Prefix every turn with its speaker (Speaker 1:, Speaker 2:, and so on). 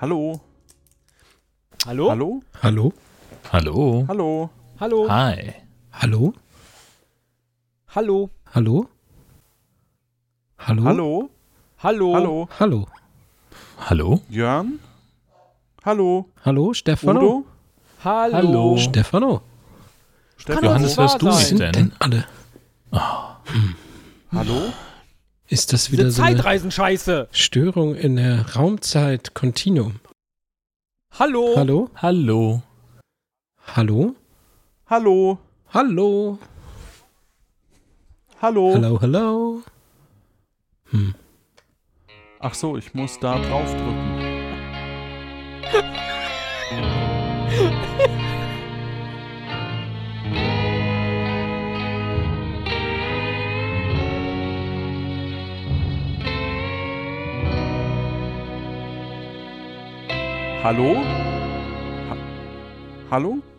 Speaker 1: Hallo.
Speaker 2: Hallo?
Speaker 1: Hallo?
Speaker 3: Hallo?
Speaker 4: Hallo.
Speaker 1: Hallo.
Speaker 2: Hallo?
Speaker 4: Hi.
Speaker 3: Hallo?
Speaker 2: Hallo?
Speaker 3: Hallo? Hallo?
Speaker 1: Hallo.
Speaker 2: Hallo?
Speaker 1: Hallo.
Speaker 3: Hallo?
Speaker 4: Hallo.
Speaker 1: Jörn? Hallo.
Speaker 3: Hallo? Stefano?
Speaker 1: Udo?
Speaker 2: Hallo?
Speaker 4: Hallo.
Speaker 3: Stefano?
Speaker 1: Stefan?
Speaker 2: Hallo.
Speaker 4: Johannes, hörst du
Speaker 2: Nein.
Speaker 3: Wo
Speaker 4: mich
Speaker 3: sind
Speaker 4: denn?
Speaker 3: denn alle?
Speaker 1: Hallo?
Speaker 3: Ist das wieder
Speaker 2: Diese
Speaker 3: so eine
Speaker 2: Zeitreisenscheiße.
Speaker 3: Störung in der Raumzeit-Kontinuum?
Speaker 2: Hallo?
Speaker 3: Hallo?
Speaker 4: Hallo.
Speaker 3: Hallo?
Speaker 1: Hallo.
Speaker 3: Hallo?
Speaker 1: Hallo.
Speaker 3: Hallo, hallo?
Speaker 1: Ach so, ich muss da drauf drücken. Hallo? Ha Hallo?